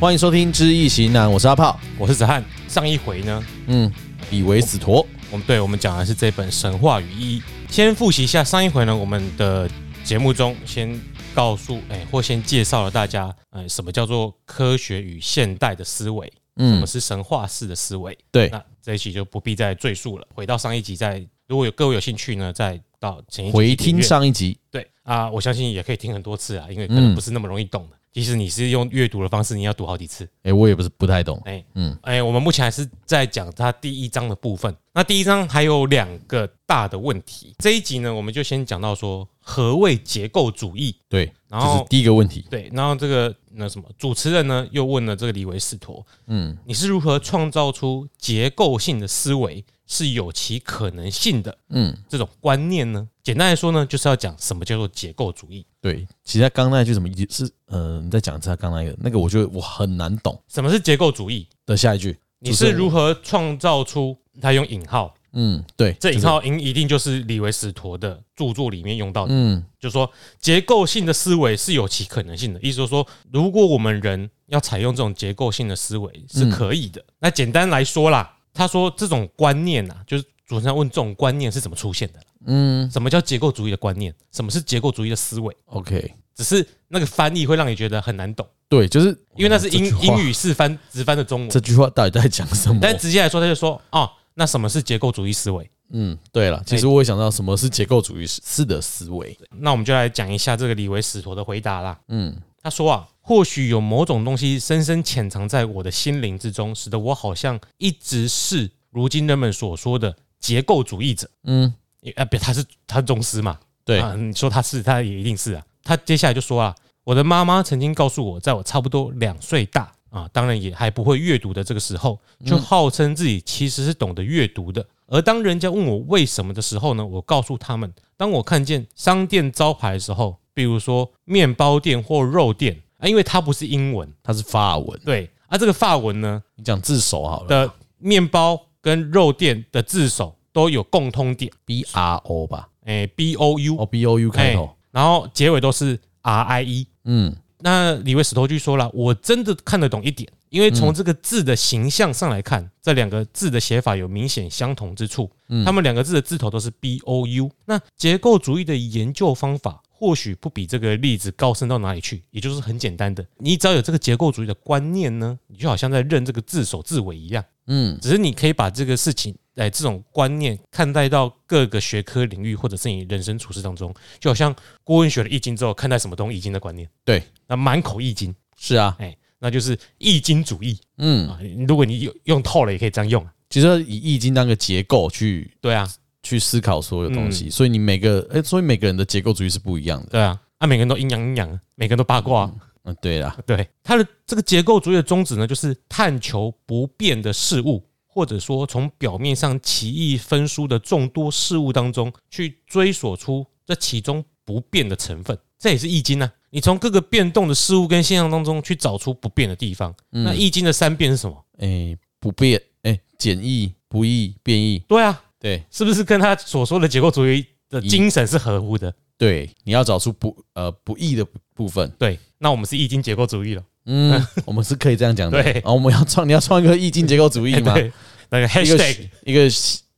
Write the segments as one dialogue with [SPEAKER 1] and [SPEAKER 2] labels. [SPEAKER 1] 欢迎收听《知易行难》，我是阿炮。
[SPEAKER 2] 我是子翰。上一回呢，
[SPEAKER 1] 嗯，以为死陀，
[SPEAKER 2] 我们对我们讲的是这本《神话与意义》。先复习一下上一回呢，我们的节目中先告诉哎、或先介绍了大家，哎、什么叫做科学与现代的思维，什
[SPEAKER 1] 嗯
[SPEAKER 2] 么，是神话式的思维。
[SPEAKER 1] 对，
[SPEAKER 2] 那这一期就不必再赘述了，回到上一集再，如果有各位有兴趣呢，再到前一集去
[SPEAKER 1] 回
[SPEAKER 2] 订
[SPEAKER 1] 听
[SPEAKER 2] 阅
[SPEAKER 1] 上一集，
[SPEAKER 2] 对啊，我相信也可以听很多次啊，因为可能
[SPEAKER 1] 嗯
[SPEAKER 2] 不是那么容易懂的。即使你是用阅读的方式，你要读好几次。
[SPEAKER 1] 哎、我也不是不太懂。
[SPEAKER 2] 哎、
[SPEAKER 1] 嗯
[SPEAKER 2] 嗯，哎、我们目前还是在讲它第一章的部分。那第一章还有两个大的问题。这一集呢，我们就先讲到说何谓结构主义。
[SPEAKER 1] 对，
[SPEAKER 2] 然
[SPEAKER 1] 这
[SPEAKER 2] 后
[SPEAKER 1] 是第一个问题。
[SPEAKER 2] 对，然后这个那什么主持人呢，又问了这个李维斯陀，
[SPEAKER 1] 嗯，
[SPEAKER 2] 你是如何创造出结构性的思维是有其可能性的？
[SPEAKER 1] 嗯
[SPEAKER 2] 嗯，这种观念呢，简单来说呢，就是要讲什么叫做结构主义。
[SPEAKER 1] 对，其实他刚那句什么也是，嗯、你再讲一次他刚那个那个，我觉得我很难懂
[SPEAKER 2] 什么是结构主义？
[SPEAKER 1] 的下一句。
[SPEAKER 2] 你
[SPEAKER 1] 主持
[SPEAKER 2] 是
[SPEAKER 1] 人
[SPEAKER 2] 如何创造出？他用引号，
[SPEAKER 1] 嗯，对，
[SPEAKER 2] 这
[SPEAKER 1] 就
[SPEAKER 2] 引
[SPEAKER 1] 是，
[SPEAKER 2] 号应一定就是李维斯陀的著作里面用到的，
[SPEAKER 1] 嗯，
[SPEAKER 2] 就是说结构性的思维是有其可能性的，意思就是说，如果我们人要采用这种结构性的思维是可以
[SPEAKER 1] 嗯
[SPEAKER 2] 的。那简单来说啦，他说这种观念啊，就是主持人问这种观念是怎么出现的？嗯，什么叫结构主义的观念？什么是结构主义的思维？
[SPEAKER 1] OK，
[SPEAKER 2] 只是那个翻译会让你觉得很难懂，
[SPEAKER 1] 对，就是
[SPEAKER 2] 因为那是
[SPEAKER 1] 这
[SPEAKER 2] 英
[SPEAKER 1] 句话
[SPEAKER 2] 英语是翻直翻的中文
[SPEAKER 1] 这。句话到底在讲什么？
[SPEAKER 2] 但直接来说，他就说哦，那什么是结构主义思维？
[SPEAKER 1] 嗯，对
[SPEAKER 2] 哎
[SPEAKER 1] 了，其实我也想到什么是结构主义式的思维。
[SPEAKER 2] 那我们就来讲一下这个李维史陀的回答啦。
[SPEAKER 1] 嗯，
[SPEAKER 2] 他说啊，或许有某种东西深深潜藏在我的心灵之中，使得我好像一直是如今人们所说的结构主义者。
[SPEAKER 1] 嗯，
[SPEAKER 2] 因为啊，别，他是他是宗师嘛，
[SPEAKER 1] 对，
[SPEAKER 2] 啊，你说他是，他也一定是啊。他接下来就说啊，我的妈妈曾经告诉我，在我差不多两岁大啊，当然也还不会阅读的这个时候，就号称自己其实是懂得阅读的。而当人家问我为什么的时候呢，我告诉他们，当我看见商店招牌的时候，比如说面包店或肉店啊，因为它不是英文，
[SPEAKER 1] 它是法文，
[SPEAKER 2] 对啊，这个法文呢
[SPEAKER 1] 你讲自首好了
[SPEAKER 2] 的面包跟肉店的字首都有共通点，
[SPEAKER 1] ，B R O 吧，
[SPEAKER 2] 诶、b o u
[SPEAKER 1] 哦，B O U 开
[SPEAKER 2] 哎
[SPEAKER 1] 头，
[SPEAKER 2] 然后结尾都是 R I E。
[SPEAKER 1] 嗯，
[SPEAKER 2] 那李维史头句说了，我真的看得懂一点，因为从这个字的形象上来看，这两个字的写法有明显相同之处。
[SPEAKER 1] 嗯
[SPEAKER 2] 他们两个字的字头都是 B O U。那结构主义的研究方法或许不比这个例子高深到哪里去，也就是很简单的，你只要有这个结构主义的观念呢，你就好像在认这个字首字尾一样。
[SPEAKER 1] 嗯，
[SPEAKER 2] 只是你可以把这个事情，哎，这种观念看待到各个学科领域，或者是你人生处事当中，就好像郭文学的《易经》之后，看待什么东易经的观念，
[SPEAKER 1] 对，
[SPEAKER 2] 那满口易经，
[SPEAKER 1] 是啊，
[SPEAKER 2] 哎，那就是易经主义
[SPEAKER 1] 嗯，
[SPEAKER 2] 啊。如果你用用透了，也可以这样用啊。
[SPEAKER 1] 其实以易经当个结构去
[SPEAKER 2] 对啊，
[SPEAKER 1] 去思考所有东
[SPEAKER 2] 嗯
[SPEAKER 1] 西，所以你每个哎、所以每个人的结构主义是不一样的。
[SPEAKER 2] 对啊，啊，每个人都阴阳阴阳啊，每个人都八卦啊、
[SPEAKER 1] 嗯，对啦，
[SPEAKER 2] 对，它的这个结构主义的宗旨呢，就是探求不变的事物，或者说从表面上奇异分殊的众多事物当中，去追索出这其中不变的成分。这也是《易经》啊，你从各个变动的事物跟现象当中去找出不变的地方。
[SPEAKER 1] 嗯
[SPEAKER 2] 那《易经》的三变是什么？
[SPEAKER 1] 哎、不变，哎、简易、不易、变易，
[SPEAKER 2] 对啊，
[SPEAKER 1] 对
[SPEAKER 2] 是不是跟他所说的结构主义的精神是合乎的？
[SPEAKER 1] 嗯对，你要找出不呃不易的部分。
[SPEAKER 2] 对，那我们是易经结构主义了。
[SPEAKER 1] 嗯， 我们是可以这样讲的。
[SPEAKER 2] 对
[SPEAKER 1] 然后我们要创，你要创一个易经结构主 义嘛，
[SPEAKER 2] 对，那个
[SPEAKER 1] 一个
[SPEAKER 2] hashtag，
[SPEAKER 1] 一个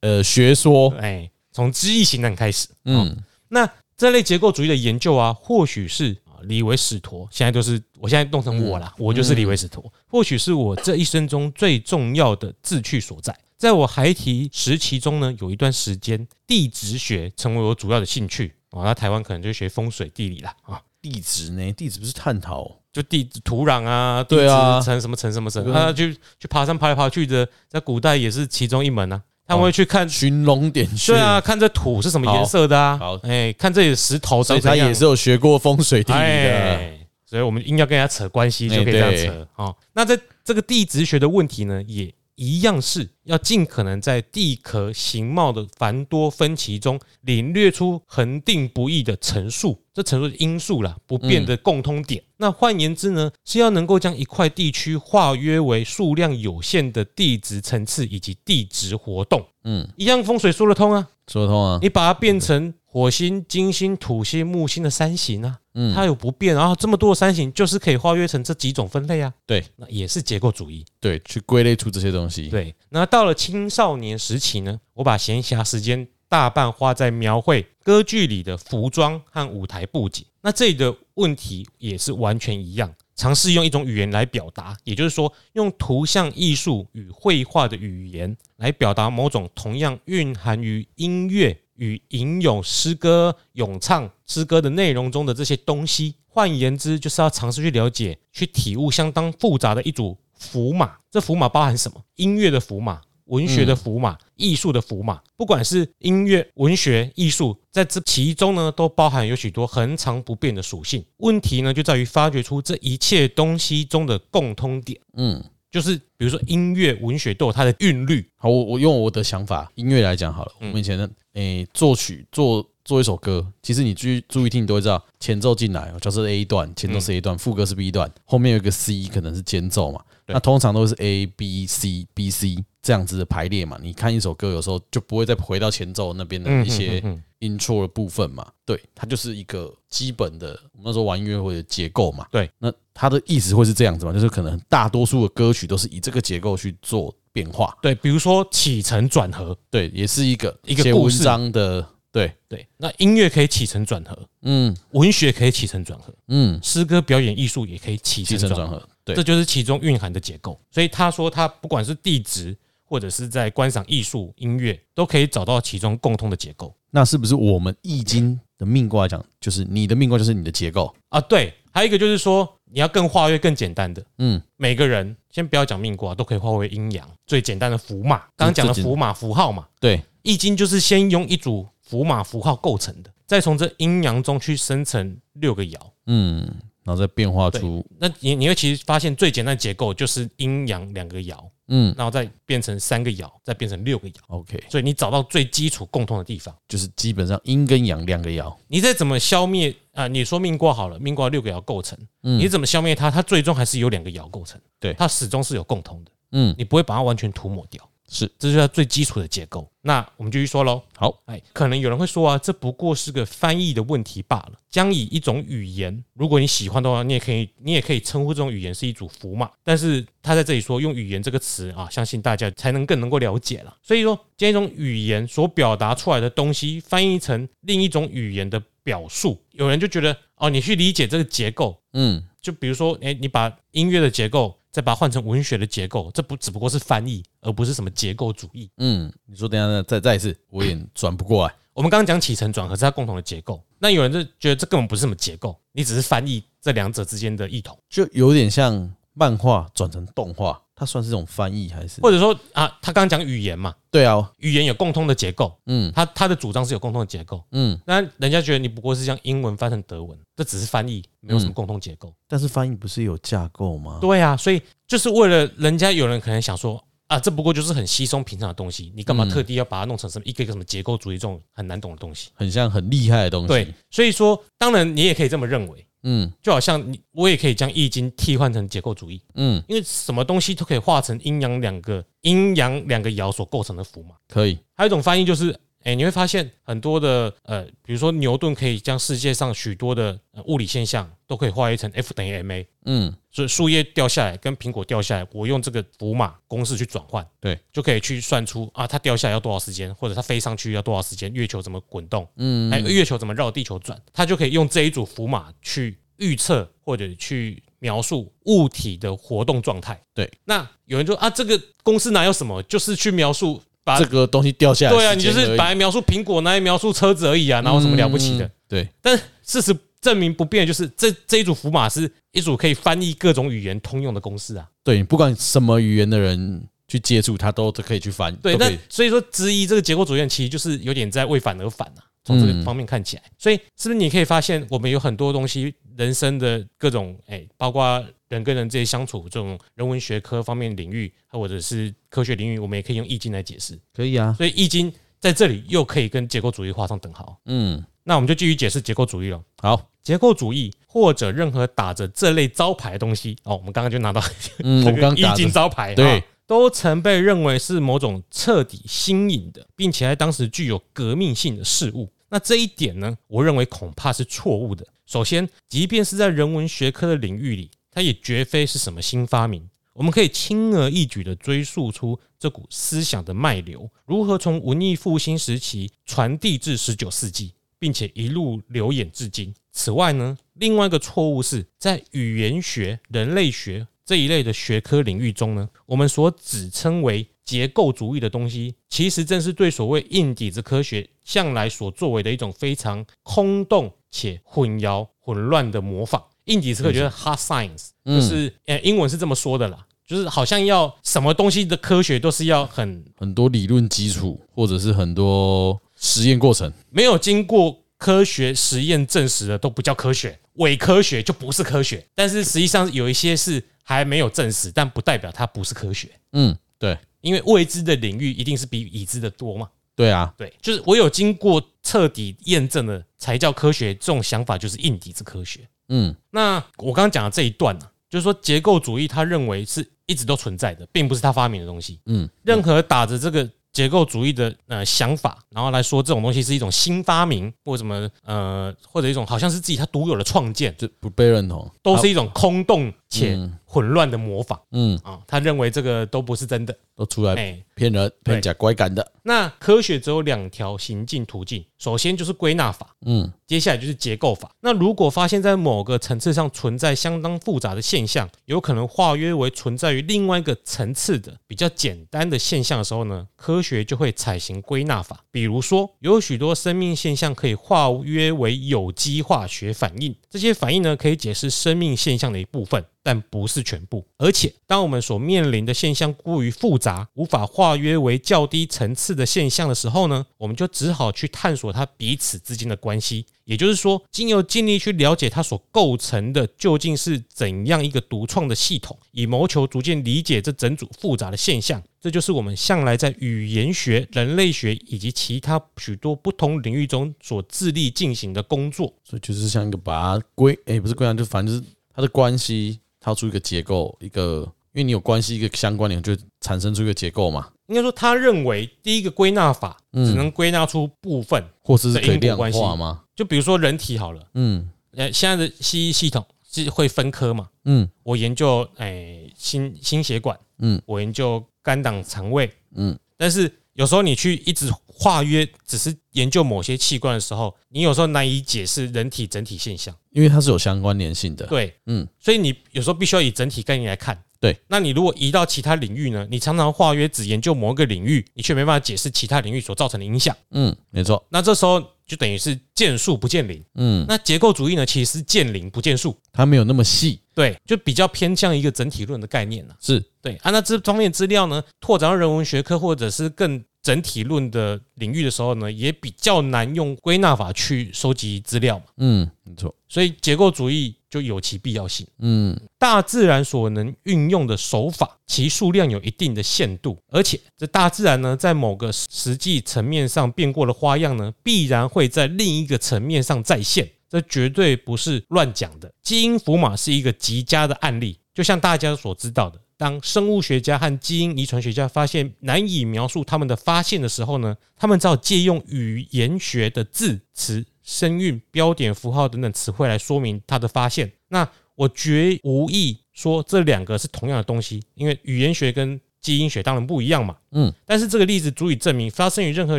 [SPEAKER 1] 呃学说，
[SPEAKER 2] 哎，从知易行难开始。哦
[SPEAKER 1] 嗯，
[SPEAKER 2] 那这类结构主义的研究啊，或许是啊李维史陀，现在就是我现在弄成我啦，
[SPEAKER 1] 嗯
[SPEAKER 2] 我就是李维史陀，或许是我这一生中最重要的志趣所在。在我孩提时期中呢，有一段时间，地质学成为我主要的兴趣啊。那台湾可能就学风水地理啦啊，
[SPEAKER 1] 地址呢？地址不是探讨，
[SPEAKER 2] 就地质土壤啊，地
[SPEAKER 1] 对啊
[SPEAKER 2] 质层什么层什么层
[SPEAKER 1] 对，啊
[SPEAKER 2] 啊，去去爬山爬来爬去的，在古代也是其中一门啊。他们会去看，
[SPEAKER 1] 寻龙点穴
[SPEAKER 2] 对啊，，看这土是什么颜色的
[SPEAKER 1] 好好，
[SPEAKER 2] 啊哎，看这里的石头
[SPEAKER 1] 所
[SPEAKER 2] 长
[SPEAKER 1] 以
[SPEAKER 2] 怎
[SPEAKER 1] 他
[SPEAKER 2] 样，
[SPEAKER 1] 也是有学过风水地理的。
[SPEAKER 2] 哎，所以我们硬要跟人家扯关系，就可以这样
[SPEAKER 1] 哎
[SPEAKER 2] 扯
[SPEAKER 1] 对
[SPEAKER 2] 哦。那在这个地质学的问题呢，也一样是要尽可能在地壳形貌的繁多分歧中，领略出恒定不易的陈述。这成为因素啦，不变的共通
[SPEAKER 1] 嗯
[SPEAKER 2] 点。那换言之呢，是要能够将一块地区化约为数量有限的地质层次以及地质活动。
[SPEAKER 1] 嗯，
[SPEAKER 2] 一样风水说得通啊，
[SPEAKER 1] 说得通啊，
[SPEAKER 2] 你把它变成火星、金星、土星、木星的三型啊，
[SPEAKER 1] 嗯
[SPEAKER 2] 它有不变，然后这么多的三型就是可以化约成这几种分类啊，
[SPEAKER 1] 对嗯
[SPEAKER 2] 那也是结构主义。
[SPEAKER 1] 对，去归类出这些东西，
[SPEAKER 2] 对，那到了青少年时期呢，我把闲暇时间大半花在描绘歌剧里的服装和舞台布景。那这里的问题也是完全一样，尝试用一种语言来表达，也就是说，用图像艺术与绘画的语言来表达某种同样蕴含于音乐与吟咏诗歌、咏唱诗歌的内容中的这些东西。换言之，就是要尝试去了解、去体悟相当复杂的一组符码。这符码包含什么？音乐的符码、文学的符码、艺术的符码。不管是音乐、文学、艺术，在这其中呢，都包含有许多恒常不变的属性。问题呢，就在于发掘出这一切东西中的共通点。
[SPEAKER 1] 嗯，
[SPEAKER 2] 就是比如说音乐、文学都有它的韵律，
[SPEAKER 1] 好，我我用我的想法，音乐来讲好了。我
[SPEAKER 2] 嗯
[SPEAKER 1] 们以前的诶、作曲做做一首歌，其实你去注意听，你都会知道前奏进来，假设 A 段，前
[SPEAKER 2] 嗯
[SPEAKER 1] 奏是 A 段，副歌是 B 段，后面有一个 C 可能是间奏嘛。
[SPEAKER 2] 对
[SPEAKER 1] 那通常都是 A B C B C 这样子的排列嘛。你看一首歌，有时候就不会再回到前奏那边的一些
[SPEAKER 2] 嗯嗯嗯
[SPEAKER 1] intro 的部分嘛。对，它就是一个基本的，我们那时候玩音乐会的结构嘛。
[SPEAKER 2] 对，
[SPEAKER 1] 那它的意思会是这样子嘛，就是可能大多数的歌曲都是以这个结构去做变化。
[SPEAKER 2] 对，比如说起承转合，
[SPEAKER 1] 对，也是一个
[SPEAKER 2] 一个
[SPEAKER 1] 写
[SPEAKER 2] 故
[SPEAKER 1] 文
[SPEAKER 2] 事
[SPEAKER 1] 章的，对，
[SPEAKER 2] 对，那音乐可以起承转合，
[SPEAKER 1] 嗯
[SPEAKER 2] 文学可以起承转合，
[SPEAKER 1] 嗯，
[SPEAKER 2] 诗歌、表演艺术也可以起
[SPEAKER 1] 起
[SPEAKER 2] 承
[SPEAKER 1] 承
[SPEAKER 2] 转合
[SPEAKER 1] 转。合，对
[SPEAKER 2] 这，就是其中蕴含的结构。所以他说，他不管是地质或者是在观赏艺术、音乐，都可以找到其中共通的结构
[SPEAKER 1] 那是不是我们易经的命卦来讲，就是你的命卦就是你的结构，
[SPEAKER 2] 啊。对，还有一个就是说，你要更化约更简单的，
[SPEAKER 1] 嗯，
[SPEAKER 2] 每个人先不要讲命卦，都可以化为阴阳最简单的符码。刚刚讲的
[SPEAKER 1] 嗯最简
[SPEAKER 2] 符码符号嘛，
[SPEAKER 1] 对，
[SPEAKER 2] 易经就是先用一组符码符号构成的，再从这阴阳中去生成六个爻。
[SPEAKER 1] 嗯，然后再变化
[SPEAKER 2] 对
[SPEAKER 1] 出，
[SPEAKER 2] 那你你会其实发现最简单的结构就是阴阳两个爻，
[SPEAKER 1] 嗯
[SPEAKER 2] 然后再变成三个爻，再变成六个爻。
[SPEAKER 1] ，OK，
[SPEAKER 2] 所以你找到最基础共通的地方，
[SPEAKER 1] 就是基本上阴跟阳两个爻，
[SPEAKER 2] 你再怎么消灭啊、你说命卦好了，命卦六个爻构成，
[SPEAKER 1] 嗯
[SPEAKER 2] 你怎么消灭它？它最终还是由两个爻构成，
[SPEAKER 1] 对
[SPEAKER 2] 它始终是有共通的，
[SPEAKER 1] 嗯，
[SPEAKER 2] 你不会把它完全涂抹掉，
[SPEAKER 1] 是
[SPEAKER 2] 这就是它最基础的结构。那我们继续说喽。
[SPEAKER 1] 好，
[SPEAKER 2] 哎，可能有人会说啊，这不过是个翻译的问题罢了。将以一种语言，如果你喜欢的话，你也可以，你也可以称呼这种语言是一组符码。但是他在这里说用语言这个词啊，相信大家才能更能够了解了。所以说，将一种语言所表达出来的东西翻译成另一种语言的表述，有人就觉得哦，你去理解这个结构，
[SPEAKER 1] 嗯，
[SPEAKER 2] 就比如说，哎、你把音乐的结构再把它换成文学的结构，这不只不过是翻译，而不是什么结构主义。
[SPEAKER 1] 嗯，你说等一下再再一次，我有点转不过来，
[SPEAKER 2] 我们刚刚讲起承转合是它共同的结构，那有人就觉得这根本不是什么结构，你只是翻译这两者之间的异同，
[SPEAKER 1] 就有点像漫画转成动画，它算是这种翻译还是？
[SPEAKER 2] 或者说啊，他刚刚讲语言嘛，
[SPEAKER 1] 对啊，
[SPEAKER 2] 语言有共通的结构，
[SPEAKER 1] 嗯
[SPEAKER 2] 他他的主张是有共通的结构，
[SPEAKER 1] 嗯，
[SPEAKER 2] 那人家觉得你不过是将英文翻成德文，这只是翻译，没有什么共通结构。
[SPEAKER 1] 但是翻译不是有架构吗？
[SPEAKER 2] 对啊，所以就是为了人家有人可能想说。啊，这不过就是很稀松平常的东西，你干嘛特地要把它弄成什么一个一个什么结构主义这种很难懂的东西？
[SPEAKER 1] 很像很厉害的东西，
[SPEAKER 2] 对，，所以说，当然你也可以这么认为，
[SPEAKER 1] 嗯
[SPEAKER 2] 就好像你我也可以将易经替换成结构主义，
[SPEAKER 1] 嗯，
[SPEAKER 2] 因为什么东西都可以化成阴阳两个阴阳两个爻所构成的符嘛。
[SPEAKER 1] 可以。
[SPEAKER 2] 还有一种翻译就是，哎、你会发现很多的呃，比如说牛顿可以将世界上许多的、呃物理现象都可以化为成 F 等于 ma，
[SPEAKER 1] 嗯，
[SPEAKER 2] 所以树叶掉下来跟苹果掉下来，我用这个符码公式去转换，
[SPEAKER 1] 对，
[SPEAKER 2] 就可以去算出啊，它掉下来要多少时间，或者它飞上去要多少时间，月球怎么滚动，
[SPEAKER 1] 嗯
[SPEAKER 2] 还有月球怎么绕地球转，它就可以用这一组符码去预测或者去描述物体的活动状态。
[SPEAKER 1] 对，
[SPEAKER 2] 那有人就啊，这个公式哪有什么，就是去描述把
[SPEAKER 1] 这个东西掉下来，
[SPEAKER 2] 啊对啊，你就是把它描述苹果，拿来描述车子而已啊，哪有什么了不起的？
[SPEAKER 1] 嗯对，
[SPEAKER 2] 但事实证明不变，就是这这一组符码是一组可以翻译各种语言通用的公式啊。
[SPEAKER 1] 对，不管什么语言的人去接触，他都都可以去翻，
[SPEAKER 2] 对，
[SPEAKER 1] 都
[SPEAKER 2] 那
[SPEAKER 1] 可以
[SPEAKER 2] 所以说质疑这个结果主义，其实就是有点在为反而反啊。从这个
[SPEAKER 1] 嗯
[SPEAKER 2] 方面看起来，所以是不是你可以发现，我们有很多东西，人生的各种哎、包括人跟人之间相处这种人文学科方面领域，或者是科学领域，我们也可以用易经来解释。
[SPEAKER 1] 可以啊，
[SPEAKER 2] 所以易经在这里又可以跟结构主义画上等号。
[SPEAKER 1] 嗯
[SPEAKER 2] 那我们就继续解释结构主义了。
[SPEAKER 1] 好，
[SPEAKER 2] 结构主义或者任何打着这类招牌的东西哦，我们刚刚就拿到
[SPEAKER 1] 嗯，
[SPEAKER 2] 这
[SPEAKER 1] 我刚
[SPEAKER 2] 个
[SPEAKER 1] 打
[SPEAKER 2] 易
[SPEAKER 1] 的
[SPEAKER 2] 经招牌，
[SPEAKER 1] 对
[SPEAKER 2] 啊都曾被认为是某种彻底新颖的，并且在当时具有革命性的事物。那这一点呢，我认为恐怕是错误的。首先，即便是在人文学科的领域里，它也绝非是什么新发明。我们可以轻而易举地追溯出这股思想的脉流，如何从文艺复兴时期传递至十九世纪，并且一路流演至今。此外呢，另外一个错误是在语言学、人类学这一类的学科领域中呢，我们所指称为结构主义的东西，其实正是对所谓硬底子科学向来所作为的一种非常空洞且混淆、混乱的模仿。硬底子科学就是 hard science，
[SPEAKER 1] 嗯
[SPEAKER 2] 就是呃，英文是这么说的啦，就是好像要什么东西的科学都是要很
[SPEAKER 1] 很多理论基础，或者是很多实验过程。
[SPEAKER 2] 没有经过科学实验证实的都不叫科学，伪科学就不是科学。但是实际上有一些是还没有证实，但不代表它不是科学，
[SPEAKER 1] 嗯，对，
[SPEAKER 2] 因为未知的领域一定是比已知的多嘛。
[SPEAKER 1] 对啊，
[SPEAKER 2] 对，就是我有经过彻底验证的才叫科学，这种想法就是硬底子科学。
[SPEAKER 1] 嗯，
[SPEAKER 2] 那我刚刚讲的这一段呢、就是说结构主义，他认为是一直都存在的，并不是他发明的东西。
[SPEAKER 1] 嗯，
[SPEAKER 2] 任何打着这个结构主义的呃想法，然后来说这种东西是一种新发明，或什么呃，或者一种好像是自己他独有的创建，
[SPEAKER 1] 就不被认同，
[SPEAKER 2] 都
[SPEAKER 1] 啊
[SPEAKER 2] 是一种空洞且
[SPEAKER 1] 嗯
[SPEAKER 2] 混乱的模仿
[SPEAKER 1] 嗯，
[SPEAKER 2] 啊。他认为这个都不是真的。
[SPEAKER 1] 都出来
[SPEAKER 2] 哎，
[SPEAKER 1] 骗人、骗假拐感的。
[SPEAKER 2] 那科学只有两条行进途径，首先就是归纳法，
[SPEAKER 1] 嗯
[SPEAKER 2] 接下来就是结构法。那如果发现，在某个层次上存在相当复杂的现象，有可能化约为存在于另外一个层次的比较简单的现象的时候呢，科学就会采行归纳法。比如说，有许多生命现象可以化约为有机化学反应，这些反应呢可以解释生命现象的一部分。但不是全部，而且当我们所面临的现象过于复杂，无法化约为较低层次的现象的时候呢，我们就只好去探索它彼此之间的关系。也就是说，经由尽力去了解它所构成的究竟是怎样一个独创的系统，以谋求逐渐理解这整组复杂的现象。这就是我们向来在语言学、人类学以及其他许多不同领域中所致力进行的工作。
[SPEAKER 1] 所以就是像一个把它归，哎、不是归纳，就反正就是它的关系，套出一个结构，一个，因为你有关系，一个相关联，就产生出一个结构嘛，
[SPEAKER 2] 应该说，他认为第一个归纳法只
[SPEAKER 1] 嗯
[SPEAKER 2] 能归纳出部分。
[SPEAKER 1] 或者是
[SPEAKER 2] 这
[SPEAKER 1] 可以
[SPEAKER 2] 因果
[SPEAKER 1] 量
[SPEAKER 2] 关系
[SPEAKER 1] 化嘛。
[SPEAKER 2] 就比如说人体好了，
[SPEAKER 1] 嗯
[SPEAKER 2] 呃，现在的西医系统是会分科嘛？
[SPEAKER 1] 嗯
[SPEAKER 2] 我研究诶、哎心心血管，
[SPEAKER 1] 嗯，
[SPEAKER 2] 我研究肝胆肠胃，
[SPEAKER 1] 嗯，
[SPEAKER 2] 但是有时候你去一直化约，只是研究某些器官的时候，你有时候难以解释人体整体现象。
[SPEAKER 1] 因为它是有相关联性的。
[SPEAKER 2] 对，
[SPEAKER 1] 嗯，
[SPEAKER 2] 所以你有时候必须要以整体概念来看。
[SPEAKER 1] 对，
[SPEAKER 2] 那你如果移到其他领域呢？你常常化约只研究某一个领域，你却没办法解释其他领域所造成的影响。
[SPEAKER 1] 嗯，没错。
[SPEAKER 2] 那这时候就等于是见树不见林。
[SPEAKER 1] 嗯，
[SPEAKER 2] 那结构主义呢，其实是见林不见树。
[SPEAKER 1] 它没有那么细，
[SPEAKER 2] 对，就比较偏向一个整体论的概念呢、
[SPEAKER 1] 是
[SPEAKER 2] 对啊，那这方面资料呢，拓展到人文学科或者是更整体论的领域的时候呢，也比较难用归纳法去收集资料嘛，
[SPEAKER 1] 嗯，没错。
[SPEAKER 2] 所以结构主义就有其必要性。
[SPEAKER 1] 嗯
[SPEAKER 2] 大自然所能运用的手法，其数量有一定的限度，而且这大自然呢，在某个实际层面上变过的花样呢，必然会在另一个层面上再现，这绝对不是乱讲的。基因符码是一个极佳的案例，就像大家所知道的。当生物学家和基因遗传学家发现难以描述他们的发现的时候呢，他们只好借用语言学的字词、声韵、标点符号等等词汇来说明它的发现。那我绝无意说这两个是同样的东西，因为语言学跟基因学当然不一样嘛。
[SPEAKER 1] 嗯，
[SPEAKER 2] 但是这个例子足以证明发生于任何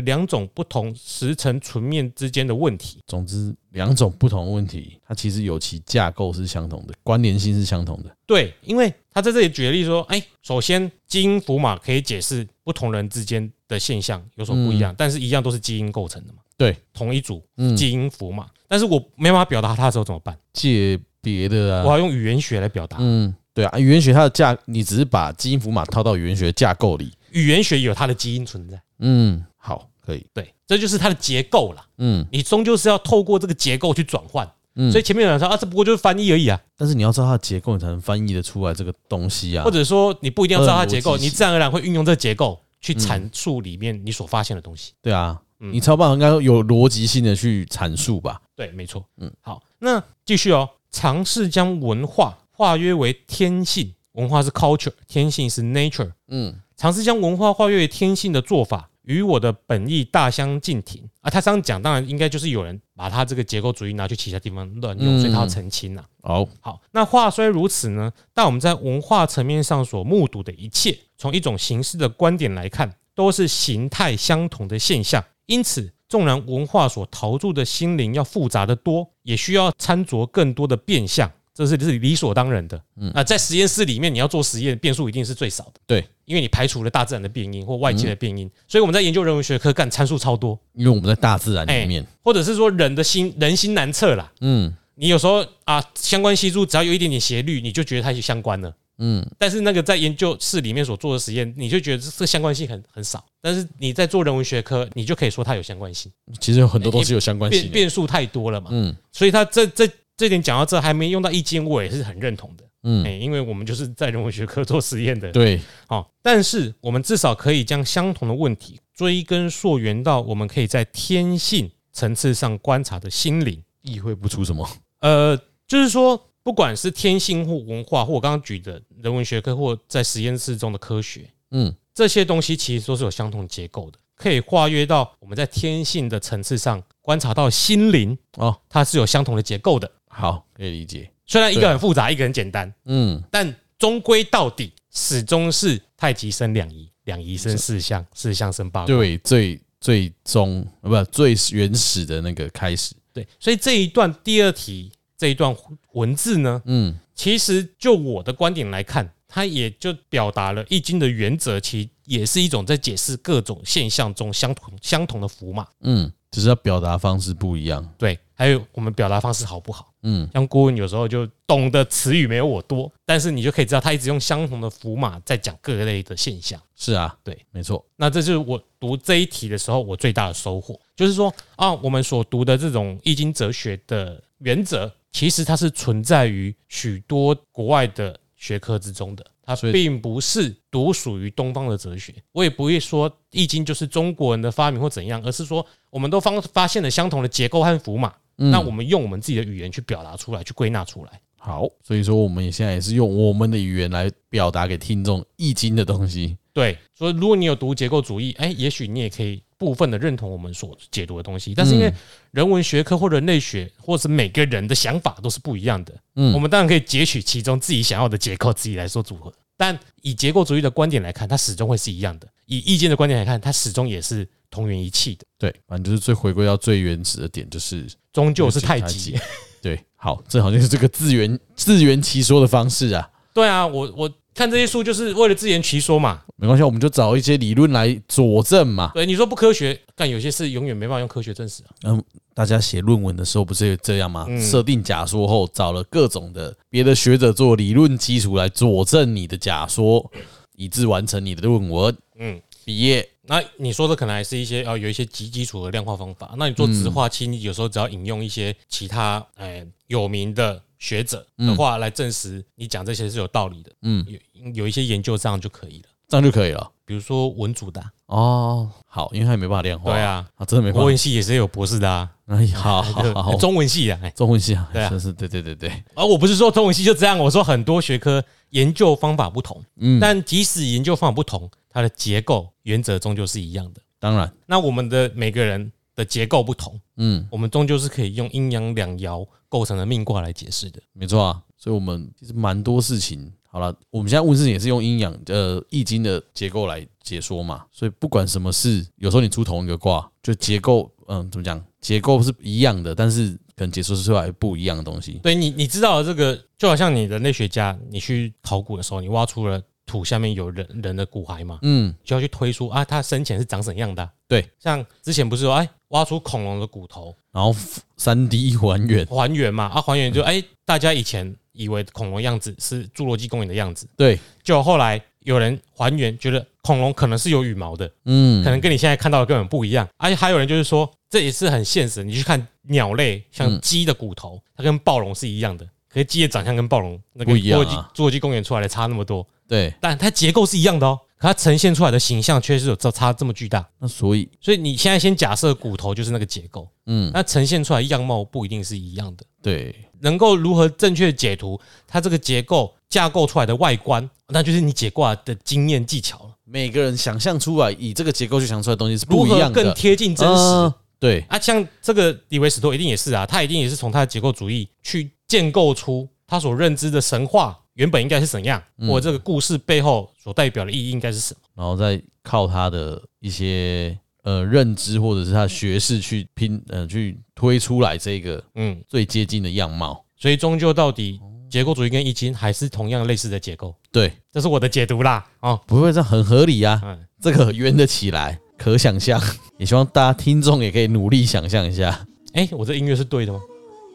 [SPEAKER 2] 两种不同时程层面之间的问题。
[SPEAKER 1] 总之两种不同的问题，它其实有其架构是相同的，关联性是相同的。
[SPEAKER 2] 对，因为他在这里举的例子说，哎，首先基因符码可以解释不同人之间的现象有所不一样，但是一样都是基因构成的嘛。
[SPEAKER 1] 嗯对，
[SPEAKER 2] 同一组
[SPEAKER 1] 嗯，
[SPEAKER 2] 基因符码，但是我没办法表达它的时候怎么办？
[SPEAKER 1] 借别的
[SPEAKER 2] 我
[SPEAKER 1] 啊，
[SPEAKER 2] 要用语言学来表达。
[SPEAKER 1] 嗯，对啊，语言学它的架，你只是把基因符码套到语言学架构里。
[SPEAKER 2] 语言学有它的基因存在，
[SPEAKER 1] 嗯，好，可以。
[SPEAKER 2] 对，这就是它的结构啦。
[SPEAKER 1] 嗯
[SPEAKER 2] 你终究是要透过这个结构去转换。
[SPEAKER 1] 嗯，
[SPEAKER 2] 所
[SPEAKER 1] 所
[SPEAKER 2] 以
[SPEAKER 1] 以
[SPEAKER 2] 前面有人说啊，这不过就是翻译而已啊，
[SPEAKER 1] 但是你要知道它的结构，你才能翻译的出来这个东西啊。嗯
[SPEAKER 2] 或者说你不一定要知道它结
[SPEAKER 1] 或者逻
[SPEAKER 2] 构，
[SPEAKER 1] 辑
[SPEAKER 2] 你自然而然会运用这个结构去阐述里面你所发现的东西。
[SPEAKER 1] 对啊，
[SPEAKER 2] 嗯
[SPEAKER 1] 你才有办法应该有逻辑性的去阐述吧。
[SPEAKER 2] 对，没错。
[SPEAKER 1] 嗯
[SPEAKER 2] 嗯，好，那继续哦。尝试将文化化约为天性，文化是 culture，天性是 nature。
[SPEAKER 1] 嗯，
[SPEAKER 2] 尝试将文化化约为天性的做法，与我的本意大相径庭啊。他这样讲，当然应该就是有人把他这个结构主义拿去其他地方乱用，
[SPEAKER 1] 嗯
[SPEAKER 2] 所以他要澄清啊呐、
[SPEAKER 1] 好，
[SPEAKER 2] 好，那话虽如此呢，但我们在文化层面上所目睹的一切，从一种形式的观点来看，都是形态相同的现象。因此，纵然文化所陶铸的心灵要复杂的多，也需要参酌更多的变相，这是是理所当然的。嗯，那在实验室里面，你要做实验，变数一定是最少的。
[SPEAKER 1] 对，
[SPEAKER 2] 因为你排除了大自然的变因或外界的变因，所以我们在研究人文学科干参数超多，
[SPEAKER 1] 因为我们在大自然
[SPEAKER 2] 哎
[SPEAKER 1] 里面，
[SPEAKER 2] 或者是说人的心人心难测啦。
[SPEAKER 1] 嗯
[SPEAKER 2] 你有时候啊，相关系数只要有一点点斜率，你就觉得它是相关了。
[SPEAKER 1] 嗯，
[SPEAKER 2] 但是那个在研究室里面所做的实验，你就觉得这这相关性很很少。但是你在做人文学科，你就可以说它有相关性，
[SPEAKER 1] 嗯其实有很多都是有相关
[SPEAKER 2] 变
[SPEAKER 1] 性的。
[SPEAKER 2] 变数太多了嘛。
[SPEAKER 1] 嗯
[SPEAKER 2] 所以他这这这点讲到这，还没用到易经，我也是很认同的。哎、
[SPEAKER 1] 嗯，
[SPEAKER 2] 因为我们就是在人文学科做实验的。
[SPEAKER 1] 对，
[SPEAKER 2] 好、但是我们至少可以将相同的问题追根溯源到我们可以在天性层次上观察的心灵。
[SPEAKER 1] 意会不出什么。
[SPEAKER 2] 呃，就是说，不管是天性或文化，或我刚刚举的人文学科，或在实验室中的科学，
[SPEAKER 1] 嗯
[SPEAKER 2] 这些东西其实都是有相同结构的，可以跨越到我们在天性的层次上观察到心灵，
[SPEAKER 1] 哦，
[SPEAKER 2] 它是有相同的结构的。
[SPEAKER 1] 好，可以理解。
[SPEAKER 2] 虽然一个很复杂，一个很简单，
[SPEAKER 1] 嗯，
[SPEAKER 2] 但终归到底始终是太极生两仪，两仪生四象，四象生八卦。
[SPEAKER 1] 嗯对，最最终呃不最原始的那个开始。
[SPEAKER 2] 对，所以这一段第二题这一段文字呢，
[SPEAKER 1] 嗯
[SPEAKER 2] 其实就我的观点来看，它也就表达了《易经》的原则，其实也是一种在解释各种现象中相同相同的符码。
[SPEAKER 1] 嗯，只是要表达方式不一样。
[SPEAKER 2] 对，还有我们表达方式好不好？
[SPEAKER 1] 嗯
[SPEAKER 2] 像郭文有时候就懂的词语没有我多，但是你就可以知道他一直用相同的符码在讲各类的现象。
[SPEAKER 1] 是啊，
[SPEAKER 2] 对，
[SPEAKER 1] 没错。
[SPEAKER 2] 那这就是我读这一题的时候我最大的收获，就是说啊，我们所读的这种易经哲学的原则，其实它是存在于许多国外的学科之中的，它
[SPEAKER 1] 所以
[SPEAKER 2] 并不是独属于东方的哲学。我也不会说易经就是中国人的发明或怎样，而是说我们都方发现了相同的结构和符码，
[SPEAKER 1] 嗯
[SPEAKER 2] 那我们用我们自己的语言去表达出来，去归纳出来。
[SPEAKER 1] 好，所以说我们也现在也是用我们的语言来表达给听众《易经》的东西。
[SPEAKER 2] 对，所以如果你有读结构主义，哎、也许你也可以部分的认同我们所解读的东西。但是因为人文学科或人类学，或是每个人的想法都是不一样的，
[SPEAKER 1] 嗯
[SPEAKER 2] 我们当然可以截取其中自己想要的结构，自己来做组合。但以结构主义的观点来看，它始终会是一样的；以意见的观点来看，它始终也是同源一气的，
[SPEAKER 1] 对，反正就是最回归到最原始的点，就是
[SPEAKER 2] 终究是太极。。
[SPEAKER 1] 对，好，正好就是这个自圆 自圆其说的方式啊，
[SPEAKER 2] 对啊，我我看这些书就是为了自圆其说嘛。
[SPEAKER 1] 没关系，我们就找一些理论来佐证嘛。
[SPEAKER 2] 对，你说不科学，但有些事永远没办法用科学证实啊。
[SPEAKER 1] 嗯，大家写论文的时候不是也这样吗？
[SPEAKER 2] 嗯
[SPEAKER 1] 设定假说后，找了各种的别的学者做理论基础来佐证你的假说，以致完成你的论文
[SPEAKER 2] 嗯。
[SPEAKER 1] 毕业。
[SPEAKER 2] 那你说的可能还是一些呃有一些极基础的量化方法。那你做直化期，你有时候只要引用一些其他呃有名的学者的话来证实你讲这些是有道理的，
[SPEAKER 1] 嗯，
[SPEAKER 2] 有有一些研究这样就可以了。
[SPEAKER 1] 这样就可以了。
[SPEAKER 2] 比如说文组的啊、
[SPEAKER 1] 哦，好，因为他也没办法量化，
[SPEAKER 2] 对，啊，
[SPEAKER 1] 啊，真的没办
[SPEAKER 2] 国
[SPEAKER 1] 法
[SPEAKER 2] 文系也是有博士的啊，
[SPEAKER 1] 哎，好 好好好，中
[SPEAKER 2] 中文系啊，哎
[SPEAKER 1] 中文系啊，
[SPEAKER 2] 对啊
[SPEAKER 1] 真是对对对对，
[SPEAKER 2] 而我不是说中文系就这样，我说很多学科研究方法不同，
[SPEAKER 1] 嗯，
[SPEAKER 2] 但即使研究方法不同，它的结构原则终究是一样的。
[SPEAKER 1] 当然，
[SPEAKER 2] 那我们的每个人的结构不同。
[SPEAKER 1] 嗯，
[SPEAKER 2] 我们终究是可以用阴阳两爻构成的命卦来解释的。
[SPEAKER 1] 没错啊，所以我们其实蛮多事情，好了，我们现在问事情也是用阴阳呃易经的结构来解说嘛，所以不管什么事，有时候你出同一个卦，就结构，嗯，怎么讲，结构是一样的，但是可能解说出来不一样的东西，
[SPEAKER 2] 对你，你知道了这个，就好像你人类学家，你去考古的时候，你挖出了土下面有人人的骨骸嘛，
[SPEAKER 1] 嗯，
[SPEAKER 2] 就要去推出啊，他生前是长怎样的啊、
[SPEAKER 1] 对，
[SPEAKER 2] 像之前不是说，哎，挖出恐龙的骨头
[SPEAKER 1] 然后三 D 还原，
[SPEAKER 2] 还原嘛，啊，还原就哎，大家以前以为恐龙样子是侏罗纪公园的样子，
[SPEAKER 1] 嗯对，
[SPEAKER 2] 就后来有人还原，觉得恐龙可能是有羽毛的，
[SPEAKER 1] 嗯，
[SPEAKER 2] 可能跟你现在看到的根本不一样。而且还有人就是说，这也是很现实。你去看鸟类，像
[SPEAKER 1] 嗯
[SPEAKER 2] 鸡的骨头，它跟暴龙是一样的，可是鸡的长相跟暴龙那个
[SPEAKER 1] 不一样啊
[SPEAKER 2] 侏罗纪侏罗纪公园出来的差那么多，
[SPEAKER 1] 对，
[SPEAKER 2] 但它结构是一样的哦。可它呈现出来的形象却是有差差这么巨大。
[SPEAKER 1] 那所以，
[SPEAKER 2] 所以你现在先假设骨头就是那个结构，
[SPEAKER 1] 嗯，
[SPEAKER 2] 那呈现出来样貌不一定是一样的。
[SPEAKER 1] 对，
[SPEAKER 2] 能够如何正确解读它这个结构架构出来的外观，那就是你解卦的经验技巧了。
[SPEAKER 1] 每个人想象出来以这个结构去想出来的东西是
[SPEAKER 2] 如
[SPEAKER 1] 不一
[SPEAKER 2] 何
[SPEAKER 1] 样的，
[SPEAKER 2] 更贴近真实、
[SPEAKER 1] 嗯对，
[SPEAKER 2] 啊？像这个李维斯托一定也是啊，他一定也是从他的结构主义去建构出他所认知的神话原本应该是怎样，
[SPEAKER 1] 嗯
[SPEAKER 2] 或者这个故事背后所代表的意义应该是什么。
[SPEAKER 1] 然后再靠他的一些呃认知或者是他的学识去拼呃去推出来这个
[SPEAKER 2] 嗯，
[SPEAKER 1] 最接近的样貌。
[SPEAKER 2] 所以终究到底，结构主义跟易经还是同样类似的结构，
[SPEAKER 1] 对，
[SPEAKER 2] 这是我的解读啦。哦，
[SPEAKER 1] 不会这样很合理啊，
[SPEAKER 2] 嗯，
[SPEAKER 1] 这个圆得起来，可想象。 也希望大家听众也可以努力想象一下，
[SPEAKER 2] 哎、我这音乐是对的吗？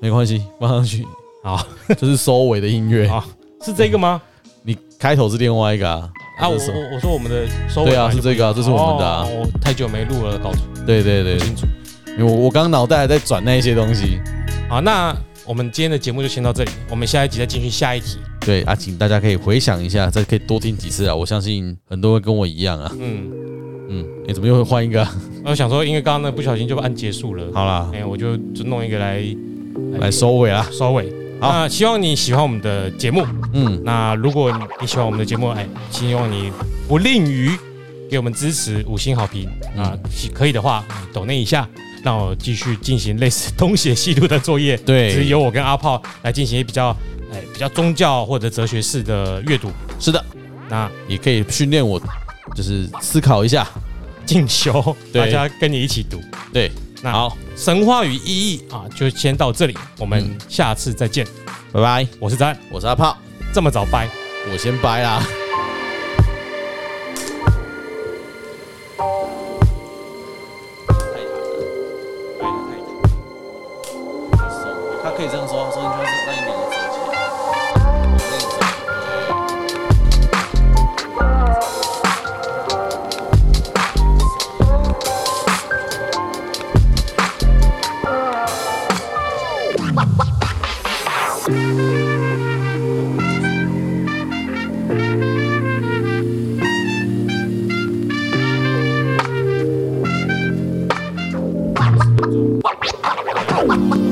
[SPEAKER 1] 没关系，放上去
[SPEAKER 2] 好，
[SPEAKER 1] 这是收尾的音乐
[SPEAKER 2] 好，啊是这个吗？
[SPEAKER 1] 你开头是另外一个啊。
[SPEAKER 2] 啊，我
[SPEAKER 1] 这是什么
[SPEAKER 2] 我我说我们的收尾
[SPEAKER 1] 对啊
[SPEAKER 2] 本来就是
[SPEAKER 1] 这个啊
[SPEAKER 2] 不一
[SPEAKER 1] 这是
[SPEAKER 2] 样
[SPEAKER 1] 我们的啊
[SPEAKER 2] 哦我太久没录了，搞
[SPEAKER 1] 对对
[SPEAKER 2] 不
[SPEAKER 1] 对，
[SPEAKER 2] 清楚。
[SPEAKER 1] 因为我我刚脑袋还在转那一些东西。
[SPEAKER 2] 好，那我们今天的节目就先到这里，我们下一集再进行下一题。
[SPEAKER 1] 对啊，请大家可以回想一下，再可以多听几次啊！我相信很多人跟我一样啊。
[SPEAKER 2] 嗯，
[SPEAKER 1] 嗯，你、怎么又换一个啊、
[SPEAKER 2] 我想说，因为刚刚那不小心就按结束了，
[SPEAKER 1] 好啦
[SPEAKER 2] 哎、，我就就弄一个来
[SPEAKER 1] 来收尾啊啦。
[SPEAKER 2] 收尾。
[SPEAKER 1] 好
[SPEAKER 2] 那希望你喜欢我们的节目。
[SPEAKER 1] 嗯，
[SPEAKER 2] 那如果你喜欢我们的节目，哎，希望你不吝于给我们支持五星好评
[SPEAKER 1] 嗯
[SPEAKER 2] 啊，可以的话，抖那一下，让我继续进行类似东邪西毒的作业。只
[SPEAKER 1] 对，
[SPEAKER 2] 由我跟阿炮来进行比较，哎，比较宗教或者哲学式的阅读。
[SPEAKER 1] 是的，
[SPEAKER 2] 那
[SPEAKER 1] 也可以训练我，就是思考一下。
[SPEAKER 2] 进修，
[SPEAKER 1] 对
[SPEAKER 2] 大家跟你一起读。
[SPEAKER 1] 对，
[SPEAKER 2] 那
[SPEAKER 1] 好，
[SPEAKER 2] 神话与意义啊，就先到这里，我们下次再见。
[SPEAKER 1] 拜拜，
[SPEAKER 2] 我是詹，
[SPEAKER 1] 我是阿炮，
[SPEAKER 2] 这么早掰。
[SPEAKER 1] 我先拜啦。他可以这样说，说应该是那一秒折起来。
[SPEAKER 3] Wow.